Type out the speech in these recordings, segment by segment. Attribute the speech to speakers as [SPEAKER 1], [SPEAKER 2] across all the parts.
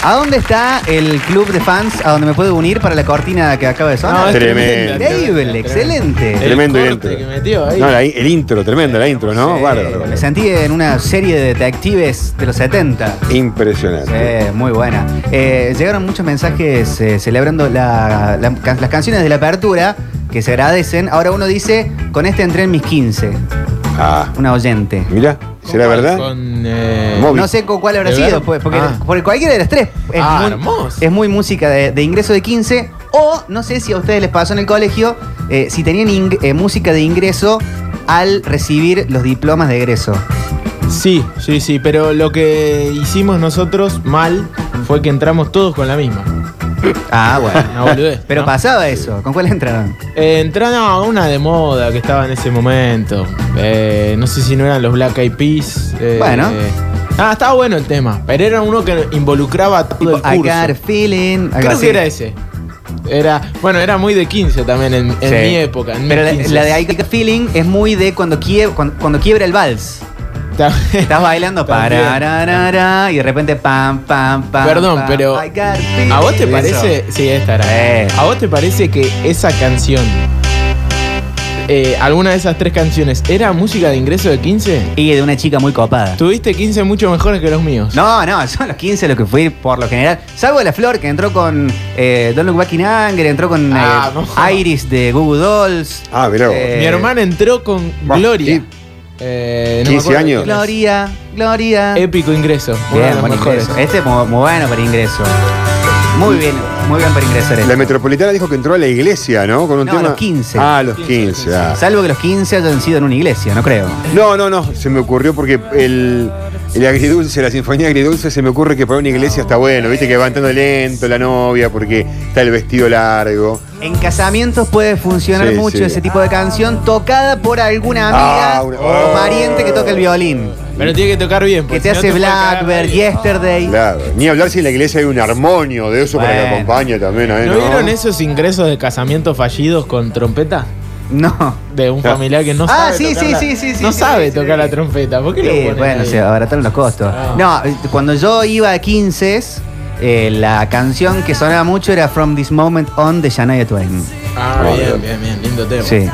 [SPEAKER 1] ¿A dónde está el club de fans a donde me puedo unir para la cortina que acaba de sonar?
[SPEAKER 2] No, es
[SPEAKER 1] Increíble,
[SPEAKER 2] tremendo.
[SPEAKER 1] Increíble, excelente.
[SPEAKER 2] El
[SPEAKER 3] Tremendo
[SPEAKER 2] corte
[SPEAKER 3] intro.
[SPEAKER 2] que metió ahí.
[SPEAKER 3] No, la- el intro, tremendo, la intro, ¿no?
[SPEAKER 1] Sí,
[SPEAKER 3] Bárbaro.
[SPEAKER 1] Me sentí en una serie de detectives de los 70.
[SPEAKER 3] Impresionante.
[SPEAKER 1] Sí, muy buena. Eh, llegaron muchos mensajes eh, celebrando la- la- can- las canciones de la apertura que se agradecen. Ahora uno dice, con este entré en mis 15.
[SPEAKER 3] Ah,
[SPEAKER 1] Una oyente.
[SPEAKER 3] mira, ¿será
[SPEAKER 2] Con-
[SPEAKER 3] verdad?
[SPEAKER 2] Con, eh,
[SPEAKER 3] Móvil.
[SPEAKER 1] No sé con cuál habrá
[SPEAKER 2] ¿De
[SPEAKER 1] sido,
[SPEAKER 2] verdad?
[SPEAKER 1] pues, porque,
[SPEAKER 2] Ah.
[SPEAKER 1] porque cualquiera de las tres es,
[SPEAKER 2] Ah,
[SPEAKER 1] muy,
[SPEAKER 2] hermoso.
[SPEAKER 1] es muy música de, de ingreso de 15. O no sé si a ustedes les pasó en el colegio, eh, si tenían ing- eh, música de ingreso al recibir los diplomas de egreso.
[SPEAKER 2] Sí, sí, sí, pero lo que hicimos nosotros mal fue que entramos todos con la misma.
[SPEAKER 1] Ah, bueno.
[SPEAKER 2] Una boludez,
[SPEAKER 1] Pero
[SPEAKER 2] ¿no?
[SPEAKER 1] pasaba eso. ¿Con cuál entraron?
[SPEAKER 2] Eh, entraron a una de moda que estaba en ese momento. Eh, no sé si no eran los Black Eyed Peas. eh,
[SPEAKER 1] Bueno.
[SPEAKER 2] Ah, estaba bueno el tema, pero era uno que involucraba a todo
[SPEAKER 1] Tipo,
[SPEAKER 2] el
[SPEAKER 1] I
[SPEAKER 2] curso.
[SPEAKER 1] got a feeling. algo
[SPEAKER 2] Creo
[SPEAKER 1] así.
[SPEAKER 2] que era ese. Era, bueno, era muy de 15 también en, en
[SPEAKER 1] Sí.
[SPEAKER 2] mi época. en
[SPEAKER 1] Pero la,
[SPEAKER 2] 15.
[SPEAKER 1] la de I got a feeling es muy de cuando, quie- cuando, cuando quiebra el vals.
[SPEAKER 2] También.
[SPEAKER 1] Estás bailando
[SPEAKER 2] También.
[SPEAKER 1] para, ra, ra, ra, y de repente pam, pam, pam.
[SPEAKER 2] Perdón,
[SPEAKER 1] pam,
[SPEAKER 2] pero-
[SPEAKER 1] I got feeling.
[SPEAKER 2] ¿A vos te
[SPEAKER 1] Eso.
[SPEAKER 2] parece? Sí, esta era.
[SPEAKER 1] Eh.
[SPEAKER 2] ¿A vos te parece que esa canción, eh, alguna de esas tres canciones, era música de ingreso de 15?
[SPEAKER 1] Y de una chica muy copada.
[SPEAKER 2] Tuviste 15 mucho mejores que los míos.
[SPEAKER 1] No, no, son los 15 los que fui por lo general. Salvo la Flor que entró con eh, Don't Look Back in Anger, entró con eh,
[SPEAKER 2] Ah, no.
[SPEAKER 1] Iris de Google Dolls.
[SPEAKER 3] Ah, mirá vos.
[SPEAKER 1] Eh,
[SPEAKER 2] Mi hermana entró con
[SPEAKER 3] bah,
[SPEAKER 2] Gloria.
[SPEAKER 3] sí.
[SPEAKER 2] Eh, me
[SPEAKER 3] 15
[SPEAKER 2] acuerdo
[SPEAKER 3] años.
[SPEAKER 2] quién es.
[SPEAKER 1] Gloria, Gloria.
[SPEAKER 2] Épico ingreso. uno de
[SPEAKER 1] bien,
[SPEAKER 2] los
[SPEAKER 1] buen
[SPEAKER 2] mejores.
[SPEAKER 1] ingreso. Este es muy, muy bueno para ingreso. Muy bien, muy bien para ingresar este.
[SPEAKER 3] La metropolitana dijo que entró a la iglesia, ¿no? Con un
[SPEAKER 1] No, a
[SPEAKER 3] tema.
[SPEAKER 1] los 15.
[SPEAKER 3] Ah, a los 15.
[SPEAKER 2] 15,
[SPEAKER 3] ah.
[SPEAKER 1] Salvo que los 15 hayan sido en una iglesia, no creo.
[SPEAKER 3] No, no, no. Se me ocurrió porque el, el agridulce, la sinfonía agridulce, se me ocurre que para una iglesia está bueno. Viste que va entrando lento la novia porque está el vestido largo.
[SPEAKER 1] En casamientos puede funcionar
[SPEAKER 3] Sí,
[SPEAKER 1] mucho
[SPEAKER 3] sí.
[SPEAKER 1] ese tipo de canción tocada por alguna amiga
[SPEAKER 3] Ah, una-
[SPEAKER 1] o pariente que toca el violín.
[SPEAKER 2] Pero tiene que tocar bien.
[SPEAKER 1] Que
[SPEAKER 2] porque
[SPEAKER 1] te
[SPEAKER 2] Pues si no
[SPEAKER 1] hace
[SPEAKER 2] puede cagar
[SPEAKER 1] Blackbird,
[SPEAKER 2] nadie.
[SPEAKER 1] Yesterday.
[SPEAKER 3] Claro. Ni hablar si en la iglesia hay un armonio de eso para que
[SPEAKER 1] Bueno.
[SPEAKER 3] acompañe también. ¿eh?
[SPEAKER 2] ¿No vieron esos ingresos de casamiento fallidos con trompeta?
[SPEAKER 1] No.
[SPEAKER 2] De un
[SPEAKER 3] Ah.
[SPEAKER 2] familiar que no
[SPEAKER 1] Ah,
[SPEAKER 2] sabe.
[SPEAKER 1] sí,
[SPEAKER 2] tocar
[SPEAKER 1] sí,
[SPEAKER 2] la-
[SPEAKER 1] sí, sí, sí,
[SPEAKER 2] No
[SPEAKER 1] sí,
[SPEAKER 2] sabe
[SPEAKER 1] sí,
[SPEAKER 2] tocar
[SPEAKER 1] sí.
[SPEAKER 2] la trompeta. ¿Por qué lo
[SPEAKER 1] Sí,
[SPEAKER 2] ponen
[SPEAKER 1] Eh, bueno,
[SPEAKER 2] ahí? Ah.
[SPEAKER 1] se abarataron los costos. No,
[SPEAKER 2] No.
[SPEAKER 1] eh, cuando yo iba a 15, eh, la canción que sonaba mucho era From This Moment On de Shania Twain.
[SPEAKER 2] Ah,
[SPEAKER 3] Ah,
[SPEAKER 2] bien,
[SPEAKER 3] bien.
[SPEAKER 2] bien, bien, lindo tema.
[SPEAKER 1] Sí.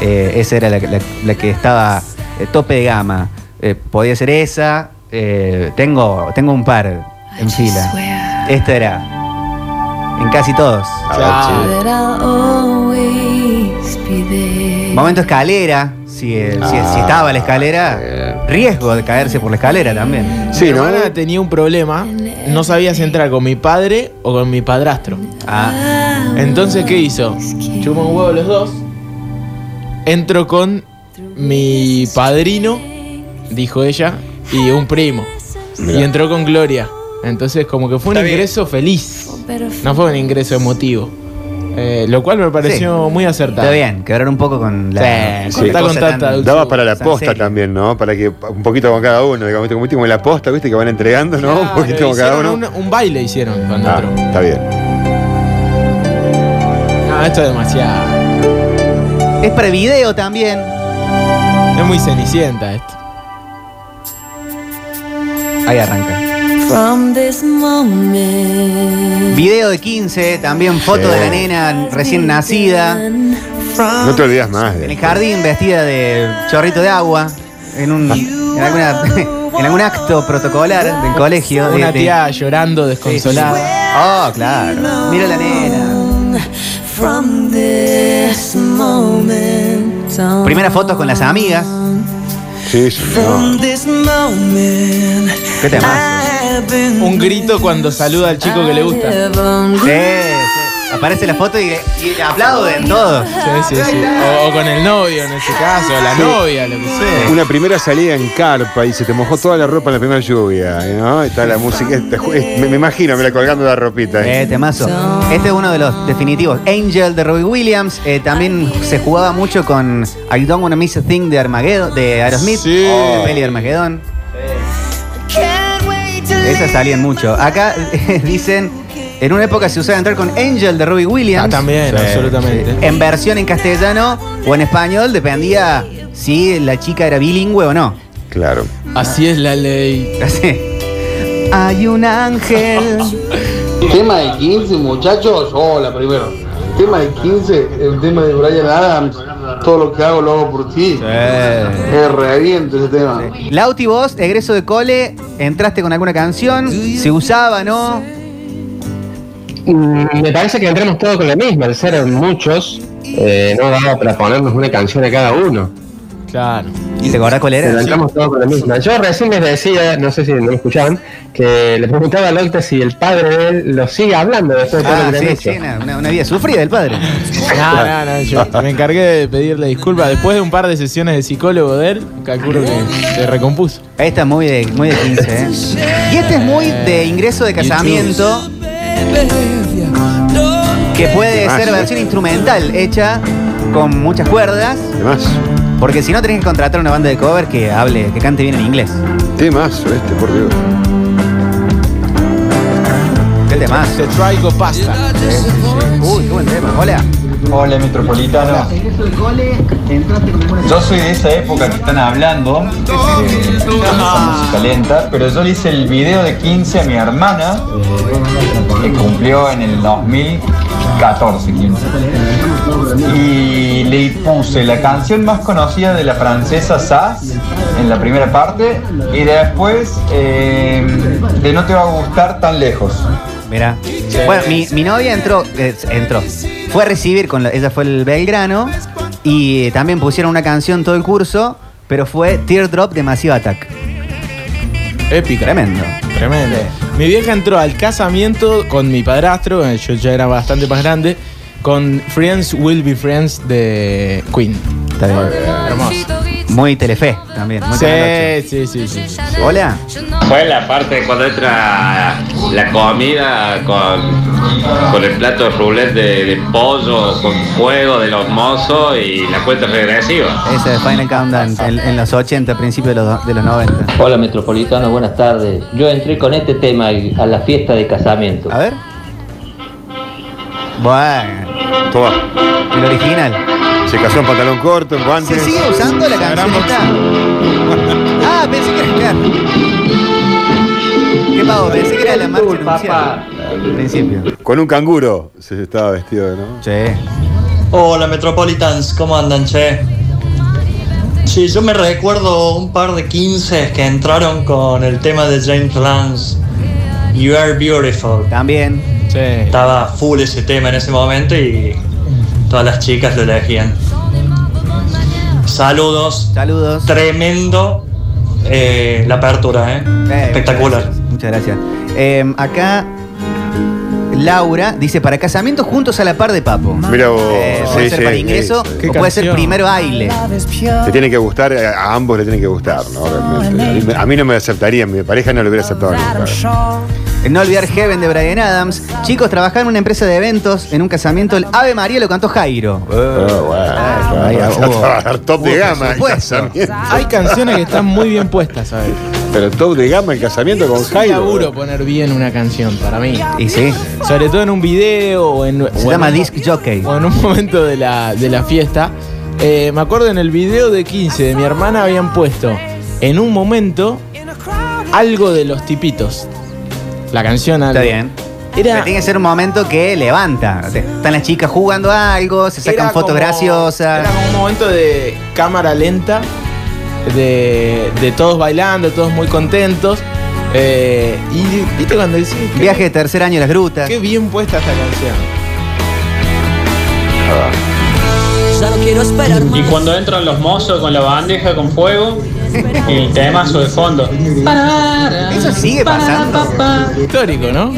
[SPEAKER 1] Eh, esa era la, la- la que estaba eh, tope de gama. Eh, podía ser esa. eh, tengo, tengo un par en fila. Esta era. En casi todos.
[SPEAKER 2] Claro.
[SPEAKER 4] That I'll always be there.
[SPEAKER 1] Momento escalera. Si, eh, si-
[SPEAKER 3] Ah,
[SPEAKER 1] si estaba la escalera,
[SPEAKER 3] bien.
[SPEAKER 2] eh.
[SPEAKER 1] riesgo de caerse por la escalera también.
[SPEAKER 3] Sí,
[SPEAKER 2] mi
[SPEAKER 3] ¿no?
[SPEAKER 2] hermana tenía un problema. No sabía si entrar con mi padre o con mi padrastro.
[SPEAKER 1] Ah.
[SPEAKER 2] Entonces, ¿qué hizo? Chupó un huevo los dos. Entro con mi padrino, dijo ella, y un primo.
[SPEAKER 3] Mirá.
[SPEAKER 2] Y entró con Gloria. Entonces, como que fue un ingreso feliz. No fue un ingreso emotivo. Eh, lo cual me pareció muy acertado.
[SPEAKER 1] Está bien, quebrar un poco con la. con
[SPEAKER 2] Sí, sí.
[SPEAKER 1] la
[SPEAKER 2] Está
[SPEAKER 1] cosa
[SPEAKER 2] con
[SPEAKER 1] tan-
[SPEAKER 2] tanta
[SPEAKER 3] Daba para la
[SPEAKER 1] San
[SPEAKER 3] posta
[SPEAKER 1] Serio.
[SPEAKER 3] también, ¿no? Para que un poquito con cada uno, digamos, ¿viste? como viste, como la posta, ¿viste? Que van entregando, ¿no? un
[SPEAKER 2] Claro,
[SPEAKER 3] poquito con cada
[SPEAKER 2] hicieron
[SPEAKER 3] uno.
[SPEAKER 2] Un, un baile hicieron cuando
[SPEAKER 3] Ah,
[SPEAKER 2] entró.
[SPEAKER 3] está bien.
[SPEAKER 2] No, esto es demasiado.
[SPEAKER 1] Es para video también.
[SPEAKER 2] Es muy cenicienta esto.
[SPEAKER 1] Ahí arranca.
[SPEAKER 4] From this moment.
[SPEAKER 1] Video de 15, también foto
[SPEAKER 3] Sí.
[SPEAKER 1] de la nena recién nacida.
[SPEAKER 3] No te olvidas más.
[SPEAKER 1] En el
[SPEAKER 3] De...
[SPEAKER 1] jardín vestida de chorrito de agua. En un. En, alguna- en algún acto protocolar del colegio. de-
[SPEAKER 2] Una
[SPEAKER 1] de-
[SPEAKER 2] tía llorando, desconsolada.
[SPEAKER 1] Oh, claro. Mira la nena.
[SPEAKER 4] From this moment. on.
[SPEAKER 1] Primeras fotos con las amigas.
[SPEAKER 3] Sí, sí, no.
[SPEAKER 4] From this moment.
[SPEAKER 1] ¿Qué tema?
[SPEAKER 4] I've been
[SPEAKER 2] Un grito cuando saluda al chico que le gusta.
[SPEAKER 4] heaven.
[SPEAKER 1] Sí, sí. Aparece la foto y, y aplauden todos.
[SPEAKER 2] Sí, sí, sí. O, o con el novio en este caso, o la novia, lo que sea.
[SPEAKER 3] Una primera salida en carpa y se te mojó toda la ropa en la primera lluvia, ¿no? Está la música. esta- es- me, me imagino, me la colgando la ropita. ¿eh?
[SPEAKER 1] Eh, temazo. Este es uno de los definitivos. Angel de Robbie Williams. eh, también se jugaba mucho con I Don't Wanna Miss a Thing de Armageddon, de Aerosmith. Oh.
[SPEAKER 2] Sí.
[SPEAKER 1] de la peli de Armageddon. Esas salían mucho. Acá dicen, en una época se usaba entrar con Angel de Robbie Williams.
[SPEAKER 2] Ah, también, absolutamente.
[SPEAKER 1] En versión en castellano o en español, dependía si la chica era bilingüe o no.
[SPEAKER 3] Claro.
[SPEAKER 2] Así es la ley.
[SPEAKER 1] Así. hay un ángel.
[SPEAKER 5] Tema de 15, muchachos. Hola, primero. Tema de 15, el tema de Brian Adams. Todo lo que hago lo hago por ti.
[SPEAKER 1] Eh.
[SPEAKER 5] Es reviento ese tema.
[SPEAKER 1] Lauti, vos, egreso de cole, entraste con alguna canción, se usaba, ¿no?
[SPEAKER 6] Mm, Me parece que entramos todos con la misma, al ser muchos, eh, no daba para ponernos una canción a cada uno.
[SPEAKER 2] Claro.
[SPEAKER 1] ¿Te acordás cuál
[SPEAKER 6] Pero
[SPEAKER 1] era?
[SPEAKER 6] entramos todos con la misma. Yo recién les decía, no sé si no me escuchaban, que le preguntaba a Locta si el padre de él lo sigue hablando después de todo
[SPEAKER 1] Ah,
[SPEAKER 6] lo que le han
[SPEAKER 1] sí,
[SPEAKER 6] hecho.
[SPEAKER 1] sí, una, una- una vida sufrida del padre.
[SPEAKER 2] No, no, no, yo me encargué de pedirle disculpas. Después de un par de sesiones de psicólogo de él, calculo que se recompuso.
[SPEAKER 1] Esta es muy de, muy de 15, ¿eh? Y este es muy de ingreso de casamiento, que puede
[SPEAKER 3] Temazo.
[SPEAKER 1] ser versión instrumental hecha con muchas cuerdas,
[SPEAKER 3] Temazo.
[SPEAKER 1] porque si no tenés que contratar una banda de cover que hable, que cante bien en inglés.
[SPEAKER 3] Temazo este, por Dios.
[SPEAKER 1] ¿Qué tema?
[SPEAKER 2] Se traigo pasta.
[SPEAKER 1] Uy, qué buen tema. Hola.
[SPEAKER 7] Hola Metropolitano. Yo soy de esa época que están hablando. eh, de esa música lenta, pero yo le hice el video de 15 a mi hermana que cumplió en el 2014 15. Y le puse la canción más conocida de la francesa Sass en la primera parte y después eh, de No te va a gustar tan lejos.
[SPEAKER 1] Mira. Bueno, mi, mi novia entró, eh, entró. Fue a recibir con la- ella fue el Belgrano y eh, también pusieron una canción todo el curso, pero fue Teardrop de Massive Attack.
[SPEAKER 2] Épica.
[SPEAKER 1] Tremendo.
[SPEAKER 2] Tremendo. Mi vieja entró al casamiento con mi padrastro, eh, yo ya era bastante más grande, con Friends Will Be Friends de Queen.
[SPEAKER 1] Está bien.
[SPEAKER 2] Hermoso.
[SPEAKER 1] Muy telefe también. Muy telefe.
[SPEAKER 2] Sí, sí, sí, sí. sí.
[SPEAKER 1] Hola.
[SPEAKER 8] Fue la parte de cuando entra la comida con, con el plato roulette de, de pollo, con fuego de los mozos y la cuenta regresiva.
[SPEAKER 1] Ese de Final Countdown en, en los 80, principios de los, do- de los 90.
[SPEAKER 9] Hola Metropolitano, buenas tardes. Yo entré con este tema a la fiesta de casamiento.
[SPEAKER 1] A ver. Bueno,
[SPEAKER 3] Toma.
[SPEAKER 1] el original.
[SPEAKER 3] Se casó en pantalón corto, en
[SPEAKER 1] ¿Se
[SPEAKER 3] guantes.
[SPEAKER 1] sigue usando la canción esta? Ah, pensé que era. claro. ¿Qué pavo? Pensé que era la marcha anunciada. Al principio.
[SPEAKER 3] Con un canguro se estaba vestido, ¿no?
[SPEAKER 1] Che.
[SPEAKER 10] Hola Metropolitans, ¿cómo andan, che? Sí, yo me recuerdo un par de 15 que entraron con el tema de James Lance, You Are Beautiful.
[SPEAKER 1] También.
[SPEAKER 2] Sí.
[SPEAKER 10] Estaba full ese tema en ese momento y todas las chicas lo elegían. Saludos,
[SPEAKER 1] Saludos.
[SPEAKER 10] tremendo eh, la apertura, ¿eh?
[SPEAKER 1] Eh,
[SPEAKER 10] Espectacular.
[SPEAKER 1] Muchas gracias. Muchas gracias. Eh, acá Laura dice para casamiento juntos a la par de Papo.
[SPEAKER 3] Mira vos.
[SPEAKER 1] Eh, puede
[SPEAKER 3] Sí,
[SPEAKER 1] ser
[SPEAKER 3] sí,
[SPEAKER 1] para
[SPEAKER 3] sí,
[SPEAKER 1] ingreso
[SPEAKER 3] sí.
[SPEAKER 1] o
[SPEAKER 2] Qué
[SPEAKER 1] puede ser
[SPEAKER 2] canción.
[SPEAKER 1] primer baile.
[SPEAKER 3] Te tiene que gustar, eh, a a ambos le tiene que gustar, ¿no? Realmente. A mí me- A mí no me aceptaría, mi pareja no lo hubiera aceptado nunca.
[SPEAKER 1] Eh, No olvidar Heaven de Brian Adams. Chicos, trabajar en una empresa de eventos, en un casamiento. El Ave María lo cantó Jairo.
[SPEAKER 3] Ah, bueno,
[SPEAKER 1] ahí
[SPEAKER 3] claro,
[SPEAKER 1] hubo-
[SPEAKER 3] trabajar top de
[SPEAKER 1] hubo
[SPEAKER 3] gama el
[SPEAKER 1] presupuesto.
[SPEAKER 3] casamiento.
[SPEAKER 2] Hay canciones que están muy bien puestas, ¿sabes?
[SPEAKER 3] Pero top de gama el casamiento con
[SPEAKER 2] Es un
[SPEAKER 3] Jairo.
[SPEAKER 2] laburo poner bien una canción para mí.
[SPEAKER 1] Y sí,
[SPEAKER 2] Sobre todo en un video o en.
[SPEAKER 1] se
[SPEAKER 2] o en
[SPEAKER 1] llama
[SPEAKER 2] un-
[SPEAKER 1] Disc Jockey.
[SPEAKER 2] o en un momento de la, de la fiesta, eh, me acuerdo en el video de 15 de mi hermana habían puesto en un momento algo de los tipitos. La canción algo.
[SPEAKER 1] Está bien. Pero
[SPEAKER 2] Era,
[SPEAKER 1] tiene que ser un momento que levanta. Están las chicas jugando algo, se sacan
[SPEAKER 2] era
[SPEAKER 1] fotos
[SPEAKER 2] como-
[SPEAKER 1] graciosas.
[SPEAKER 2] Era como un momento de cámara lenta, de, de todos bailando, todos muy contentos. eh, y viste cuando decís que-
[SPEAKER 1] Viaje de tercer año a las grutas.
[SPEAKER 2] Qué bien puesta esta canción.
[SPEAKER 8] Y cuando entran los mozos con la bandeja con fuego y el temazo de fondo.
[SPEAKER 1] Eso sigue pasando.
[SPEAKER 2] Histórico, ¿no?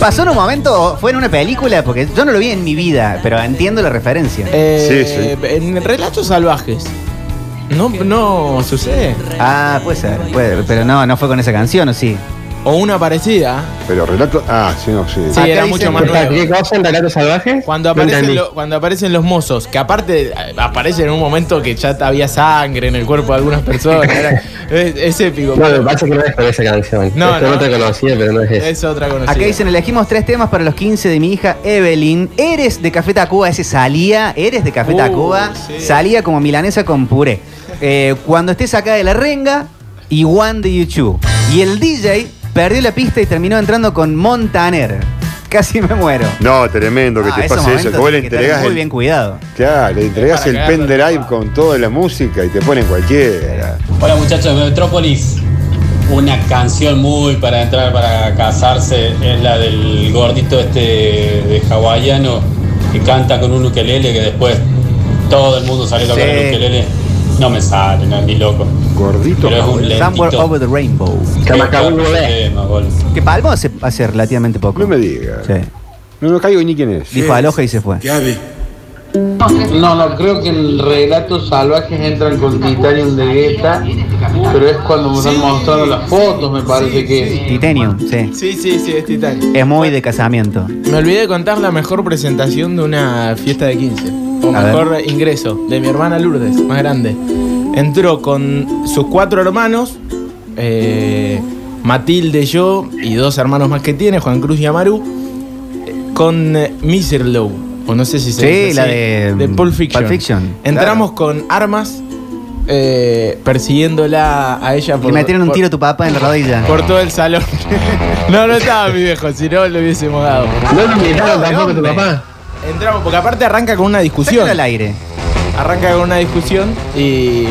[SPEAKER 1] ¿Pasó en un momento o fue en una película? Porque yo no lo vi en mi vida, pero entiendo la referencia.
[SPEAKER 2] Eh,
[SPEAKER 3] Sí, sí.
[SPEAKER 2] En relatos salvajes. No, no sucede.
[SPEAKER 1] Ah, puede ser, puede- pero no, no fue con esa canción, ¿o sí?
[SPEAKER 2] O una parecida.
[SPEAKER 3] Pero relato. Ah, sí, no, sí.
[SPEAKER 2] Sí,
[SPEAKER 1] Acá
[SPEAKER 2] era
[SPEAKER 1] dicen
[SPEAKER 2] mucho más
[SPEAKER 1] que-
[SPEAKER 2] nuevo.
[SPEAKER 6] ¿Qué cosa en Relatos Salvajes?
[SPEAKER 2] Cuando
[SPEAKER 6] No
[SPEAKER 2] aparecen,
[SPEAKER 6] entendí.
[SPEAKER 2] lo- cuando aparecen los mozos, que aparte eh, aparecen en un momento que ya había sangre en el cuerpo de algunas personas. era- es, es épico.
[SPEAKER 6] No, me parece que no es con esa canción.
[SPEAKER 2] No,
[SPEAKER 6] Esto
[SPEAKER 2] no.
[SPEAKER 6] no, te conocía, pero no es esa.
[SPEAKER 2] es otra conocida.
[SPEAKER 1] Acá dicen, elegimos tres temas para los 15 de mi hija Evelyn. Eres de Café Tacuba, ese salía, eres de Café
[SPEAKER 2] Uh,
[SPEAKER 1] Tacuba,
[SPEAKER 2] sí.
[SPEAKER 1] salía como milanesa con puré. Eh, cuando estés acá de la renga, y One de YouTube. Y el DJ perdió la pista y terminó entrando con Montaner. Casi me muero.
[SPEAKER 3] No, tremendo que
[SPEAKER 1] Ah,
[SPEAKER 3] te
[SPEAKER 1] esos
[SPEAKER 3] pase eso.
[SPEAKER 1] momentos
[SPEAKER 3] Que vos le
[SPEAKER 1] tienen que estar
[SPEAKER 3] entregás
[SPEAKER 1] muy
[SPEAKER 3] el-
[SPEAKER 1] bien cuidado.
[SPEAKER 3] Claro, le entregás
[SPEAKER 1] para
[SPEAKER 3] el
[SPEAKER 1] cagarlo
[SPEAKER 3] pendrive con toda la música y te ponen cualquiera.
[SPEAKER 11] Hola muchachos de Metrópolis. Una canción muy para entrar, para casarse, es la del gordito este de hawaiano que canta con un ukelele que después todo el mundo sale a tocar
[SPEAKER 1] Sí.
[SPEAKER 11] el ukelele. No me sale, no, ni loco.
[SPEAKER 3] Gordito.
[SPEAKER 11] Pero es un
[SPEAKER 1] Somewhere
[SPEAKER 11] lentito.
[SPEAKER 1] over the rainbow. Que palmó hace, hace relativamente poco. No me
[SPEAKER 3] digas.
[SPEAKER 1] Sí.
[SPEAKER 3] No, no caigo ni quién es.
[SPEAKER 1] Dijo aloja y se fue.
[SPEAKER 5] No, no, creo que en relatos salvajes entran con Titanium de Guetta, pero es cuando me están mostrando las fotos, me parece que.
[SPEAKER 1] Titanium, sí.
[SPEAKER 2] Sí, sí, sí, es Titanic.
[SPEAKER 1] Es muy de casamiento.
[SPEAKER 2] Me olvidé de contar la mejor presentación de una fiesta de 15. O
[SPEAKER 1] A ver.
[SPEAKER 2] mejor ingreso, de mi hermana Lourdes, más grande. Entró con sus cuatro hermanos, eh, Matilde, yo y dos hermanos más que tiene, Juan Cruz y Amaru, eh, con eh, Mr. Lowe, o no sé si se
[SPEAKER 1] Sí,
[SPEAKER 2] dice así,
[SPEAKER 1] la de,
[SPEAKER 2] de Pulp Fiction.
[SPEAKER 1] Pulp Fiction,
[SPEAKER 2] Entramos con armas, eh, persiguiéndola a ella
[SPEAKER 1] Le metieron un tiro a tu papá en la rodilla.
[SPEAKER 2] por todo el salón. no, no estaba mi viejo, si no lo hubiésemos dado.
[SPEAKER 6] No lo miraron tampoco tu
[SPEAKER 2] Hombre.
[SPEAKER 6] papá.
[SPEAKER 2] Entramos, porque aparte arranca con una discusión.
[SPEAKER 1] Sácalo al aire.
[SPEAKER 2] Arranca con una discusión y.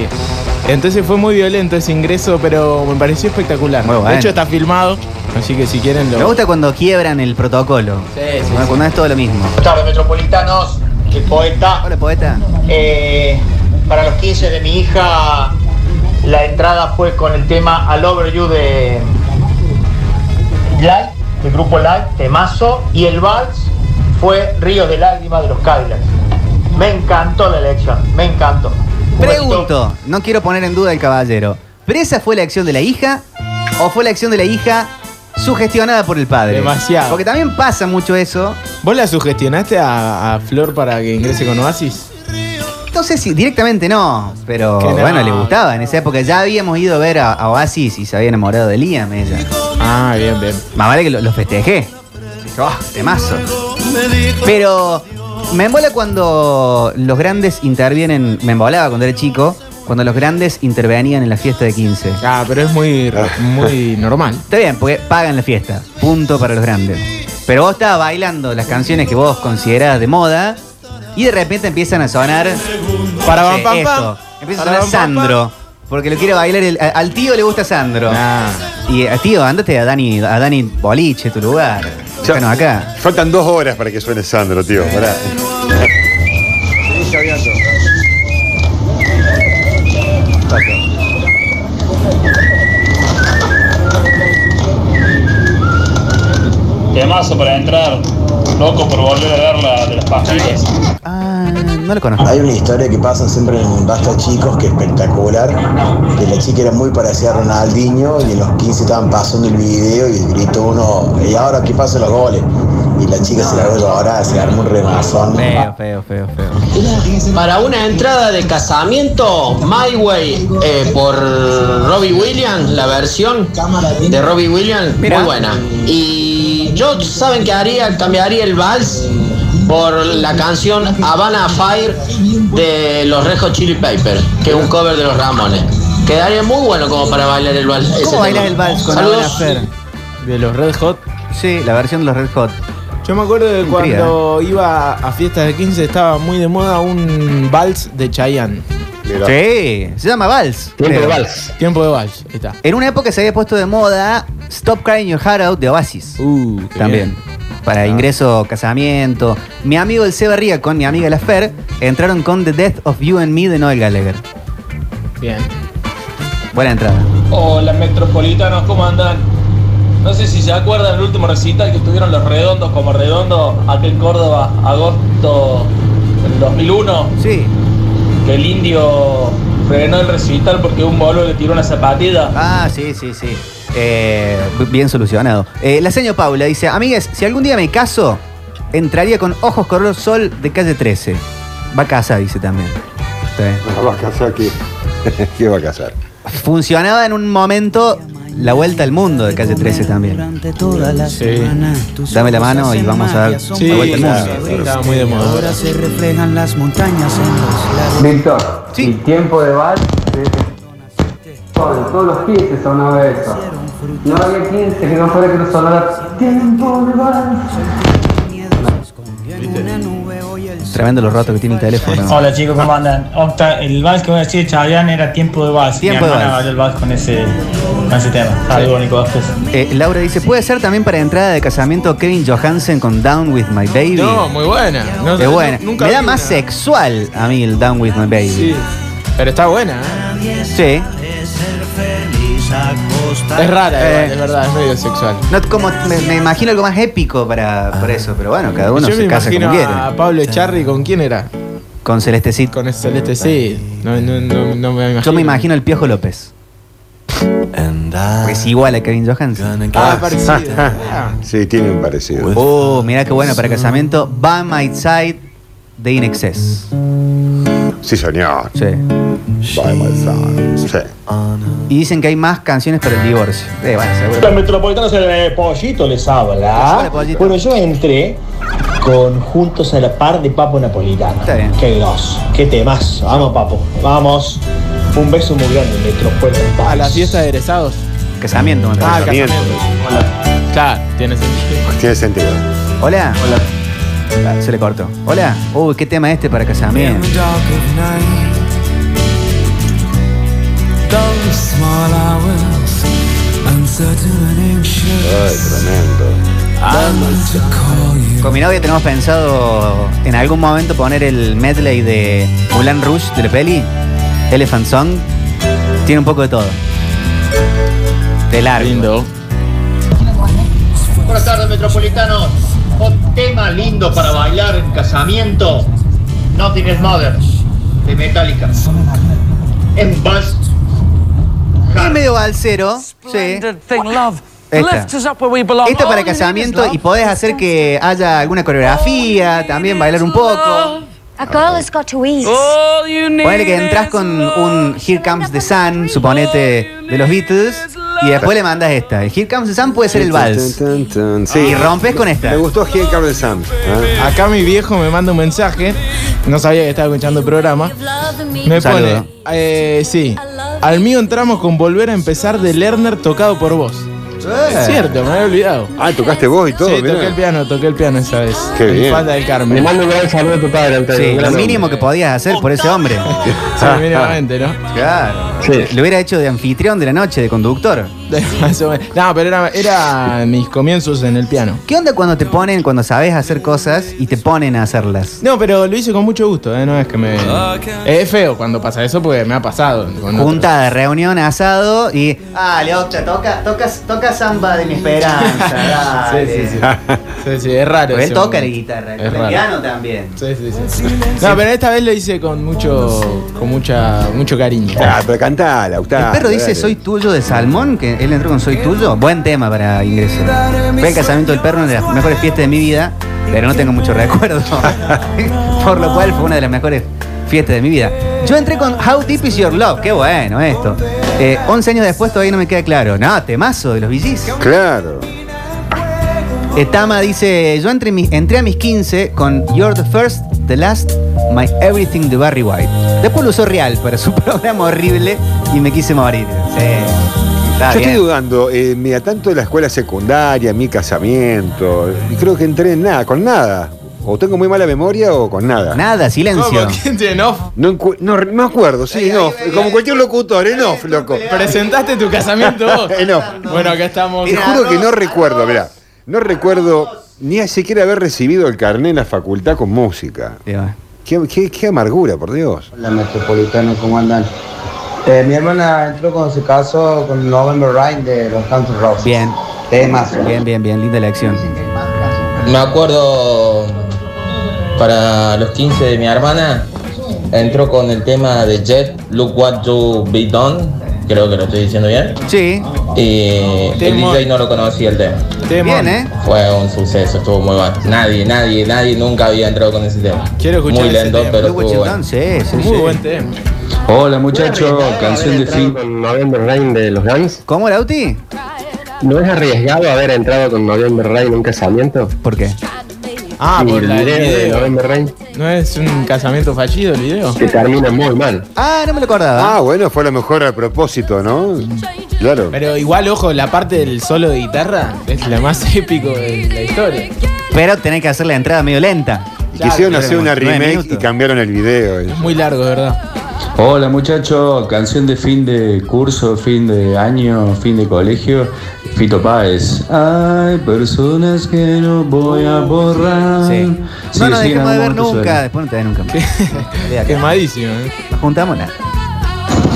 [SPEAKER 2] Entonces fue muy violento ese ingreso, pero me pareció espectacular.
[SPEAKER 1] Muy bueno.
[SPEAKER 2] De hecho, está filmado, así que si quieren lo.
[SPEAKER 1] Me gusta cuando quiebran el protocolo.
[SPEAKER 2] Sí, sí,
[SPEAKER 1] Cuando-
[SPEAKER 2] sí.
[SPEAKER 1] Cuando es todo lo mismo.
[SPEAKER 12] Buenas tardes, metropolitanos. El poeta. Eh,
[SPEAKER 1] Hola, poeta.
[SPEAKER 12] para los 15 de mi hija, la entrada fue con el tema All Over You de Live, del grupo Live, Temazo, y el vals fue Ríos de Lágrimas de los Cadillacs. Me encantó la elección, me encantó.
[SPEAKER 1] Pregunto, no quiero poner en duda el caballero. ¿Pero esa fue la acción de la hija o fue la acción de la hija sugestionada por el padre?
[SPEAKER 2] Demasiado.
[SPEAKER 1] Porque también pasa mucho eso.
[SPEAKER 2] ¿Vos la sugestionaste a, a Flor para que ingrese con Oasis?
[SPEAKER 1] No sé si directamente no, pero
[SPEAKER 2] Que no.
[SPEAKER 1] bueno, le gustaba. En esa época ya habíamos ido a ver a, a Oasis y se había enamorado de Liam ella.
[SPEAKER 2] Ah, bien, bien.
[SPEAKER 1] Más vale que lo, lo festejé. Dije, "Oh, temazo. Pero me embola cuando los grandes intervienen. Me embolaba cuando era chico, cuando los grandes intervenían en la fiesta de 15.
[SPEAKER 2] Ah, pero es muy, muy normal.
[SPEAKER 1] Está bien, porque pagan la fiesta. Punto para los grandes. Pero vos estabas bailando las canciones que vos considerabas de moda y de repente empiezan a sonar.
[SPEAKER 2] Para
[SPEAKER 1] no
[SPEAKER 2] Bam
[SPEAKER 1] sé,
[SPEAKER 2] Pam
[SPEAKER 1] esto.
[SPEAKER 2] Pam.
[SPEAKER 1] Empieza a sonar
[SPEAKER 2] Para Bam Pam Pam.
[SPEAKER 1] Sandro. Porque lo quiere bailar. el- a- al tío le gusta Sandro.
[SPEAKER 2] Ah.
[SPEAKER 1] Y eh, tío, andate a Dani, a Dani Boliche, tu lugar. Déjanos acá.
[SPEAKER 3] Faltan dos horas para que suene Sandro, tío. Pará.
[SPEAKER 11] Temazo para entrar. Loco por volver a ver la de las pastillas.
[SPEAKER 1] Ah, No lo conozco.
[SPEAKER 13] Hay una historia que pasa siempre en Basta Chicos que es espectacular, que la chica era muy parecida a Ronaldinho y en los 15 estaban pasando el video y gritó uno, y ahora aquí pasan los goles. Y la chica se largó a llorar, se armó un remazón.
[SPEAKER 1] Feo, feo, feo, feo.
[SPEAKER 14] Para una entrada de casamiento, My Way eh, por Robbie Williams, la versión de Robbie Williams,
[SPEAKER 1] Mira.
[SPEAKER 14] muy buena. Y yo, ¿saben qué haría? Cambiaría el vals por la canción Havana Fire de los Rejo Chili Papers, que es un cover de los Ramones. Quedaría muy bueno como para bailar el vals. ese tema.
[SPEAKER 1] ¿Cómo bailas el vals con
[SPEAKER 14] Saludos.
[SPEAKER 1] Ana Fer?
[SPEAKER 2] ¿De los Red Hot?
[SPEAKER 1] Sí, la versión de los Red Hot.
[SPEAKER 2] Yo me acuerdo de
[SPEAKER 1] Intriga,
[SPEAKER 2] cuando iba a fiestas de 15 estaba muy de moda un vals de Chayanne.
[SPEAKER 1] Sí, se llama Vals. creo.
[SPEAKER 2] Tiempo de vals, ahí está.
[SPEAKER 1] En una época se había puesto de moda Stop Crying Your Heart Out de Oasis.
[SPEAKER 2] Uh, qué
[SPEAKER 1] También.
[SPEAKER 2] bien.
[SPEAKER 1] Para ingreso, casamiento. Mi amigo el Seba Ría con mi amiga La Fer entraron con The Death of You and Me de Noel Gallagher.
[SPEAKER 2] Bien.
[SPEAKER 1] Buena entrada.
[SPEAKER 11] Hola metropolitanos, ¿cómo andan? No sé si se acuerdan del último recital que tuvieron los redondos como redondo aquí en Córdoba, agosto del 2001.
[SPEAKER 1] Sí.
[SPEAKER 11] Que el indio frenó el recital porque un boludo le tiró una zapatilla.
[SPEAKER 1] Ah, sí, sí, sí. Eh, bien solucionado. Eh, la señora Paula dice, amigues, si algún día me caso, entraría con Ojos Color Sol de calle 13. Va a casa, dice también. Sí.
[SPEAKER 3] No, va a casar aquí. ¿Qué va a casar?
[SPEAKER 1] Funcionaba en un momento la vuelta al mundo de calle 13 también. Dame la mano y vamos a dar
[SPEAKER 2] Sí,
[SPEAKER 1] la vuelta al mundo.
[SPEAKER 2] claro, estaba muy de moda.
[SPEAKER 15] se reflejan las montañas en los
[SPEAKER 7] Víctor, sí. tiempo de vals.
[SPEAKER 5] Todos los pies sonaba eso. No había 15 que no fuera que no sonara Tiempo de vals.
[SPEAKER 1] Tremendo los ratos que tiene el teléfono.
[SPEAKER 16] Hola chicos, ¿cómo andan? Octa, el vals que voy a decir de Chayanne era tiempo de vals.
[SPEAKER 1] Tiempo de
[SPEAKER 16] Mi hermana
[SPEAKER 1] vals.
[SPEAKER 16] bailó el vals con ese, con ese tema. Saludos, Nico Vázquez.
[SPEAKER 1] Eh, Laura dice, ¿puede ser también para entrada de casamiento Kevin Johansen con Down With My Baby?
[SPEAKER 2] No, muy buena. No,
[SPEAKER 1] es buena.
[SPEAKER 2] nunca
[SPEAKER 1] Me da
[SPEAKER 2] vi
[SPEAKER 1] más
[SPEAKER 2] una.
[SPEAKER 1] sexual a mí el Down With My Baby.
[SPEAKER 2] Sí. Pero está buena. ¿eh?
[SPEAKER 1] Sí.
[SPEAKER 2] Es rara,
[SPEAKER 1] Eh.
[SPEAKER 2] igual, es verdad, es medio sexual.
[SPEAKER 1] No, como, me, me imagino algo más épico para, para eso, pero bueno, cada uno
[SPEAKER 2] Ah. Yo
[SPEAKER 1] se
[SPEAKER 2] me
[SPEAKER 1] casa como
[SPEAKER 2] imagino
[SPEAKER 1] quiere.
[SPEAKER 2] a Pablo Echarri, ¿con quién era?
[SPEAKER 1] Con Celestecito.
[SPEAKER 2] Con Celeste, sí. No, no, no, no me imagino.
[SPEAKER 1] Yo me imagino el Piojo López. Es igual a Kevin Johansen.
[SPEAKER 2] Ah, parecido. Ah.
[SPEAKER 3] Sí, tiene un parecido.
[SPEAKER 1] Oh, mirá qué bueno para casamiento. By My Side de In Excess.
[SPEAKER 3] Sí, señor.
[SPEAKER 1] Sí.
[SPEAKER 3] By my side. Sí.
[SPEAKER 1] Y dicen que hay más canciones para el divorcio. Eh, bueno, seguro.
[SPEAKER 17] Los metropolitanos el eh, pollito les habla. Bueno, yo entré con Juntos a la par de Papo Napolitano. Qué grosso, qué temas. Vamos, Papo, vamos. Un beso muy grande, metropolitano.
[SPEAKER 2] Ah. A la fiesta de egresados.
[SPEAKER 1] Casamiento, me
[SPEAKER 2] Ah,
[SPEAKER 1] parece.
[SPEAKER 2] casamiento. Hola. Claro, tiene sentido.
[SPEAKER 3] Tiene sentido.
[SPEAKER 1] Hola. Hola. Se le cortó. Hola. Uy, qué tema este para
[SPEAKER 15] In
[SPEAKER 1] casamiento.
[SPEAKER 15] the dark of night, those small hours, uncertain and
[SPEAKER 3] Ay,
[SPEAKER 15] anxious.
[SPEAKER 3] tremendo.
[SPEAKER 15] I want to call you.
[SPEAKER 1] Con mi novia tenemos pensado en algún momento poner el medley de Mulan Rouge de la peli, Elephant Song. Tiene un poco de todo. De largo.
[SPEAKER 2] Lindo.
[SPEAKER 5] Buenas tardes, metropolitanos. Un tema lindo para bailar en casamiento. Nothing is Mother, de Metallica. En vals.
[SPEAKER 1] Es Ah, medio balsero. Sí. Esta. Esta para casamiento y podés hacer que haya alguna coreografía, también bailar un poco.
[SPEAKER 18] A girl has got to eat.
[SPEAKER 2] Oh.
[SPEAKER 1] Ponele que entras con un Here Comes the Sun, suponete, de los Beatles, y después le mandas esta. El Here Comes the Sun puede ser el vals.
[SPEAKER 3] Tun, tun, tun, tun. Sí.
[SPEAKER 1] Y rompes con esta.
[SPEAKER 3] Me gustó Gil Carlos Sam. ¿eh?
[SPEAKER 2] Acá mi viejo me manda un mensaje. No sabía que estaba escuchando el programa. Me
[SPEAKER 1] Saludo.
[SPEAKER 2] pone. eh, sí. Al mío entramos con volver a empezar de Lerner tocado por vos. Es cierto, me había olvidado.
[SPEAKER 3] Ah, tocaste vos y todo.
[SPEAKER 2] Sí,
[SPEAKER 3] mirá.
[SPEAKER 2] toqué el piano, toqué el piano esa vez.
[SPEAKER 3] Qué
[SPEAKER 2] En
[SPEAKER 3] bien.
[SPEAKER 2] Falda del Carmen.
[SPEAKER 6] Le mando un gran saludo a tu padre, Antonio.
[SPEAKER 1] Sí,
[SPEAKER 6] Un
[SPEAKER 1] lo
[SPEAKER 6] gran
[SPEAKER 1] mínimo que podías hacer por ese hombre.
[SPEAKER 2] Sí, mínimamente, ¿no?
[SPEAKER 1] Claro. Lo hubiera hecho de anfitrión de la noche, de conductor.
[SPEAKER 2] Más o menos. No, pero era, era mis comienzos en el piano.
[SPEAKER 1] ¿Qué onda cuando te ponen, cuando sabes hacer cosas y te ponen a hacerlas?
[SPEAKER 2] No, pero lo hice con mucho gusto, ¿eh? No es que me. Es feo cuando pasa eso porque me ha pasado. con otros.
[SPEAKER 1] Juntada, reunión, asado y. Ah, Leocha, toca, toca, toca samba de mi esperanza.
[SPEAKER 2] Sí, sí, sí. Sí, sí, es raro.
[SPEAKER 1] Porque él
[SPEAKER 2] ese
[SPEAKER 1] toca la
[SPEAKER 2] momento.
[SPEAKER 1] guitarra,
[SPEAKER 2] Es
[SPEAKER 1] el
[SPEAKER 2] raro.
[SPEAKER 1] piano también.
[SPEAKER 2] Sí, sí, sí. No, pero esta vez lo hice con mucho. con mucha. mucho cariño.
[SPEAKER 3] Ah, pero cantala,
[SPEAKER 1] El
[SPEAKER 3] Octavio.
[SPEAKER 1] perro dice
[SPEAKER 3] dale.
[SPEAKER 1] Soy tuyo de Salmón, que él entró con Soy tuyo. Buen tema para ingresar. Fue el casamiento del perro, una de las mejores fiestas de mi vida, pero no tengo mucho recuerdo. Por lo cual fue una de las mejores fiestas de mi vida. Yo entré con How Deep Is Your Love, qué bueno esto. Eh, 11 años después todavía no me queda claro. No, temazo de los VGs.
[SPEAKER 3] Claro.
[SPEAKER 1] Eh, Tama dice, yo entré, mi- entré a mis 15 con You're the First, The Last, My Everything de Barry White. Después lo usó Real para su programa horrible y me quise morir. Sí. Está
[SPEAKER 3] Yo
[SPEAKER 1] Ah, bien.
[SPEAKER 3] estoy dudando, eh, mira, tanto de la escuela secundaria, mi casamiento, y creo que entré en nada, con nada. O tengo muy mala memoria o con nada.
[SPEAKER 1] Nada, silencio.
[SPEAKER 2] ¿Cómo? ¿Quién tiene off?
[SPEAKER 3] No, encu- no, no me acuerdo, sí, no. como cualquier locutor, en off, loco.
[SPEAKER 2] ¿Presentaste tu casamiento vos?
[SPEAKER 3] En off.
[SPEAKER 2] Bueno, acá estamos.
[SPEAKER 3] Te juro que no recuerdo, mirá. No recuerdo ni a siquiera haber recibido el carné en la facultad con música. Qué, qué- qué amargura, por Dios.
[SPEAKER 19] Hola Metropolitano, ¿cómo andan? Eh, mi hermana entró cuando se casó con November Rain de los Cantos Roses.
[SPEAKER 1] Bien.
[SPEAKER 19] Temas.
[SPEAKER 1] Bien, bien, bien, linda la acción.
[SPEAKER 9] Me acuerdo para los 15 de mi hermana, entró con el tema de Jet, Look What You Be Done, creo que lo estoy diciendo bien.
[SPEAKER 1] Sí.
[SPEAKER 9] Y el
[SPEAKER 2] Temón.
[SPEAKER 9] DJ no lo conocía el tema.
[SPEAKER 1] Bien, ¿eh?
[SPEAKER 9] Fue un suceso, estuvo muy bueno. Nadie, nadie, nadie nunca había entrado con ese tema.
[SPEAKER 2] Quiero escuchar
[SPEAKER 9] Muy
[SPEAKER 2] ese
[SPEAKER 9] lento,
[SPEAKER 2] tema.
[SPEAKER 9] pero
[SPEAKER 1] Look what
[SPEAKER 9] estuvo
[SPEAKER 1] you
[SPEAKER 9] bueno.
[SPEAKER 1] done, sí, sí,
[SPEAKER 2] Muy
[SPEAKER 1] sí.
[SPEAKER 2] buen tema.
[SPEAKER 7] Hola muchachos, canción de fin.
[SPEAKER 6] Con November Rain de los Guns.
[SPEAKER 1] ¿Cómo, Lauti?
[SPEAKER 6] ¿No es arriesgado haber entrado con November Rain en un casamiento?
[SPEAKER 1] ¿Por qué?
[SPEAKER 2] Ah,
[SPEAKER 6] Y
[SPEAKER 2] por
[SPEAKER 6] el
[SPEAKER 2] la del
[SPEAKER 6] video de
[SPEAKER 2] video.
[SPEAKER 6] November Rain
[SPEAKER 2] ¿No es un casamiento fallido el video?
[SPEAKER 6] que termina muy mal.
[SPEAKER 1] Ah, no me lo acordaba.
[SPEAKER 3] Ah, bueno, fue a lo mejor a propósito, ¿no? Claro.
[SPEAKER 2] Pero igual, ojo, la parte del solo de guitarra es la más épico de la historia.
[SPEAKER 1] Pero tenés que hacer la entrada medio lenta.
[SPEAKER 3] Y quisieron hacer una remake y cambiaron el video. eh.
[SPEAKER 2] Muy largo, de verdad.
[SPEAKER 7] Hola muchachos, canción de fin de curso, fin de año, fin de colegio, Fito Páez. Hay personas que no voy a borrar.
[SPEAKER 1] Sí.
[SPEAKER 7] Sí,
[SPEAKER 1] no nos
[SPEAKER 7] sí,
[SPEAKER 1] dejemos de ver
[SPEAKER 7] amor, te
[SPEAKER 1] nunca.
[SPEAKER 7] suena.
[SPEAKER 1] Después no te ve nunca más. Qué,
[SPEAKER 2] quemadísimo, ¿eh?
[SPEAKER 1] Nos juntamos nada.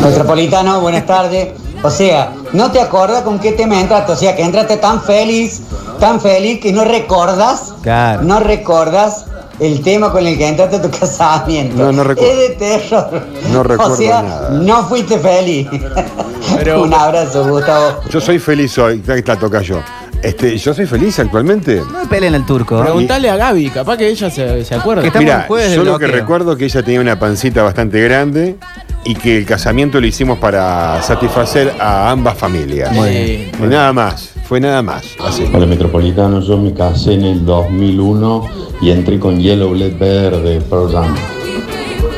[SPEAKER 5] Metropolitano, buenas tardes. O sea, no te acordás con qué tema entraste. O sea, que entraste tan feliz, tan feliz que no recordas,
[SPEAKER 1] Claro.
[SPEAKER 5] no recordas el tema con el que entraste a tu casamiento.
[SPEAKER 3] No, no recuerdo.
[SPEAKER 5] Es de terror.
[SPEAKER 3] No recuerdo
[SPEAKER 5] O sea,
[SPEAKER 3] nada.
[SPEAKER 5] no fuiste feliz. Un abrazo, Gustavo.
[SPEAKER 3] Yo soy feliz hoy, ya que la toca yo. Este, yo soy feliz actualmente.
[SPEAKER 1] No peleen al turco.
[SPEAKER 2] Preguntale a Gaby, capaz que ella se, se acuerda. Eh,
[SPEAKER 3] Mira, yo lo que recuerdo que ella tenía una pancita bastante grande y que el casamiento lo hicimos para satisfacer a ambas familias.
[SPEAKER 7] Muy bien.
[SPEAKER 3] Y nada más, fue nada más. Así.
[SPEAKER 7] Hola Metropolitano, yo me casé en el 2001 y entré con Yellow Blade Verde Program.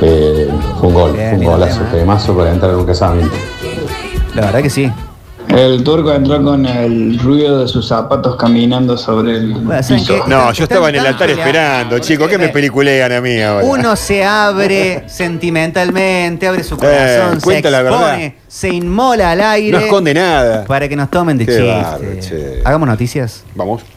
[SPEAKER 7] Eh, fue un gol, fue un golazo, temazo para entrar en un casamiento.
[SPEAKER 1] La verdad que sí.
[SPEAKER 20] El turco entró con el ruido de sus zapatos caminando sobre el piso.
[SPEAKER 3] No, yo estaba en el altar esperando, chicos. ¿Qué me peliculean a mí ahora?
[SPEAKER 1] Eh, Uno se abre sentimentalmente, abre su corazón, se
[SPEAKER 3] Eh, cuenta
[SPEAKER 1] expone,
[SPEAKER 3] la verdad.
[SPEAKER 1] se inmola al aire.
[SPEAKER 3] No esconde nada.
[SPEAKER 1] Para que nos tomen de
[SPEAKER 3] Qué
[SPEAKER 1] chiste.
[SPEAKER 3] bárbaro, che.
[SPEAKER 1] Hagamos noticias.
[SPEAKER 3] Vamos.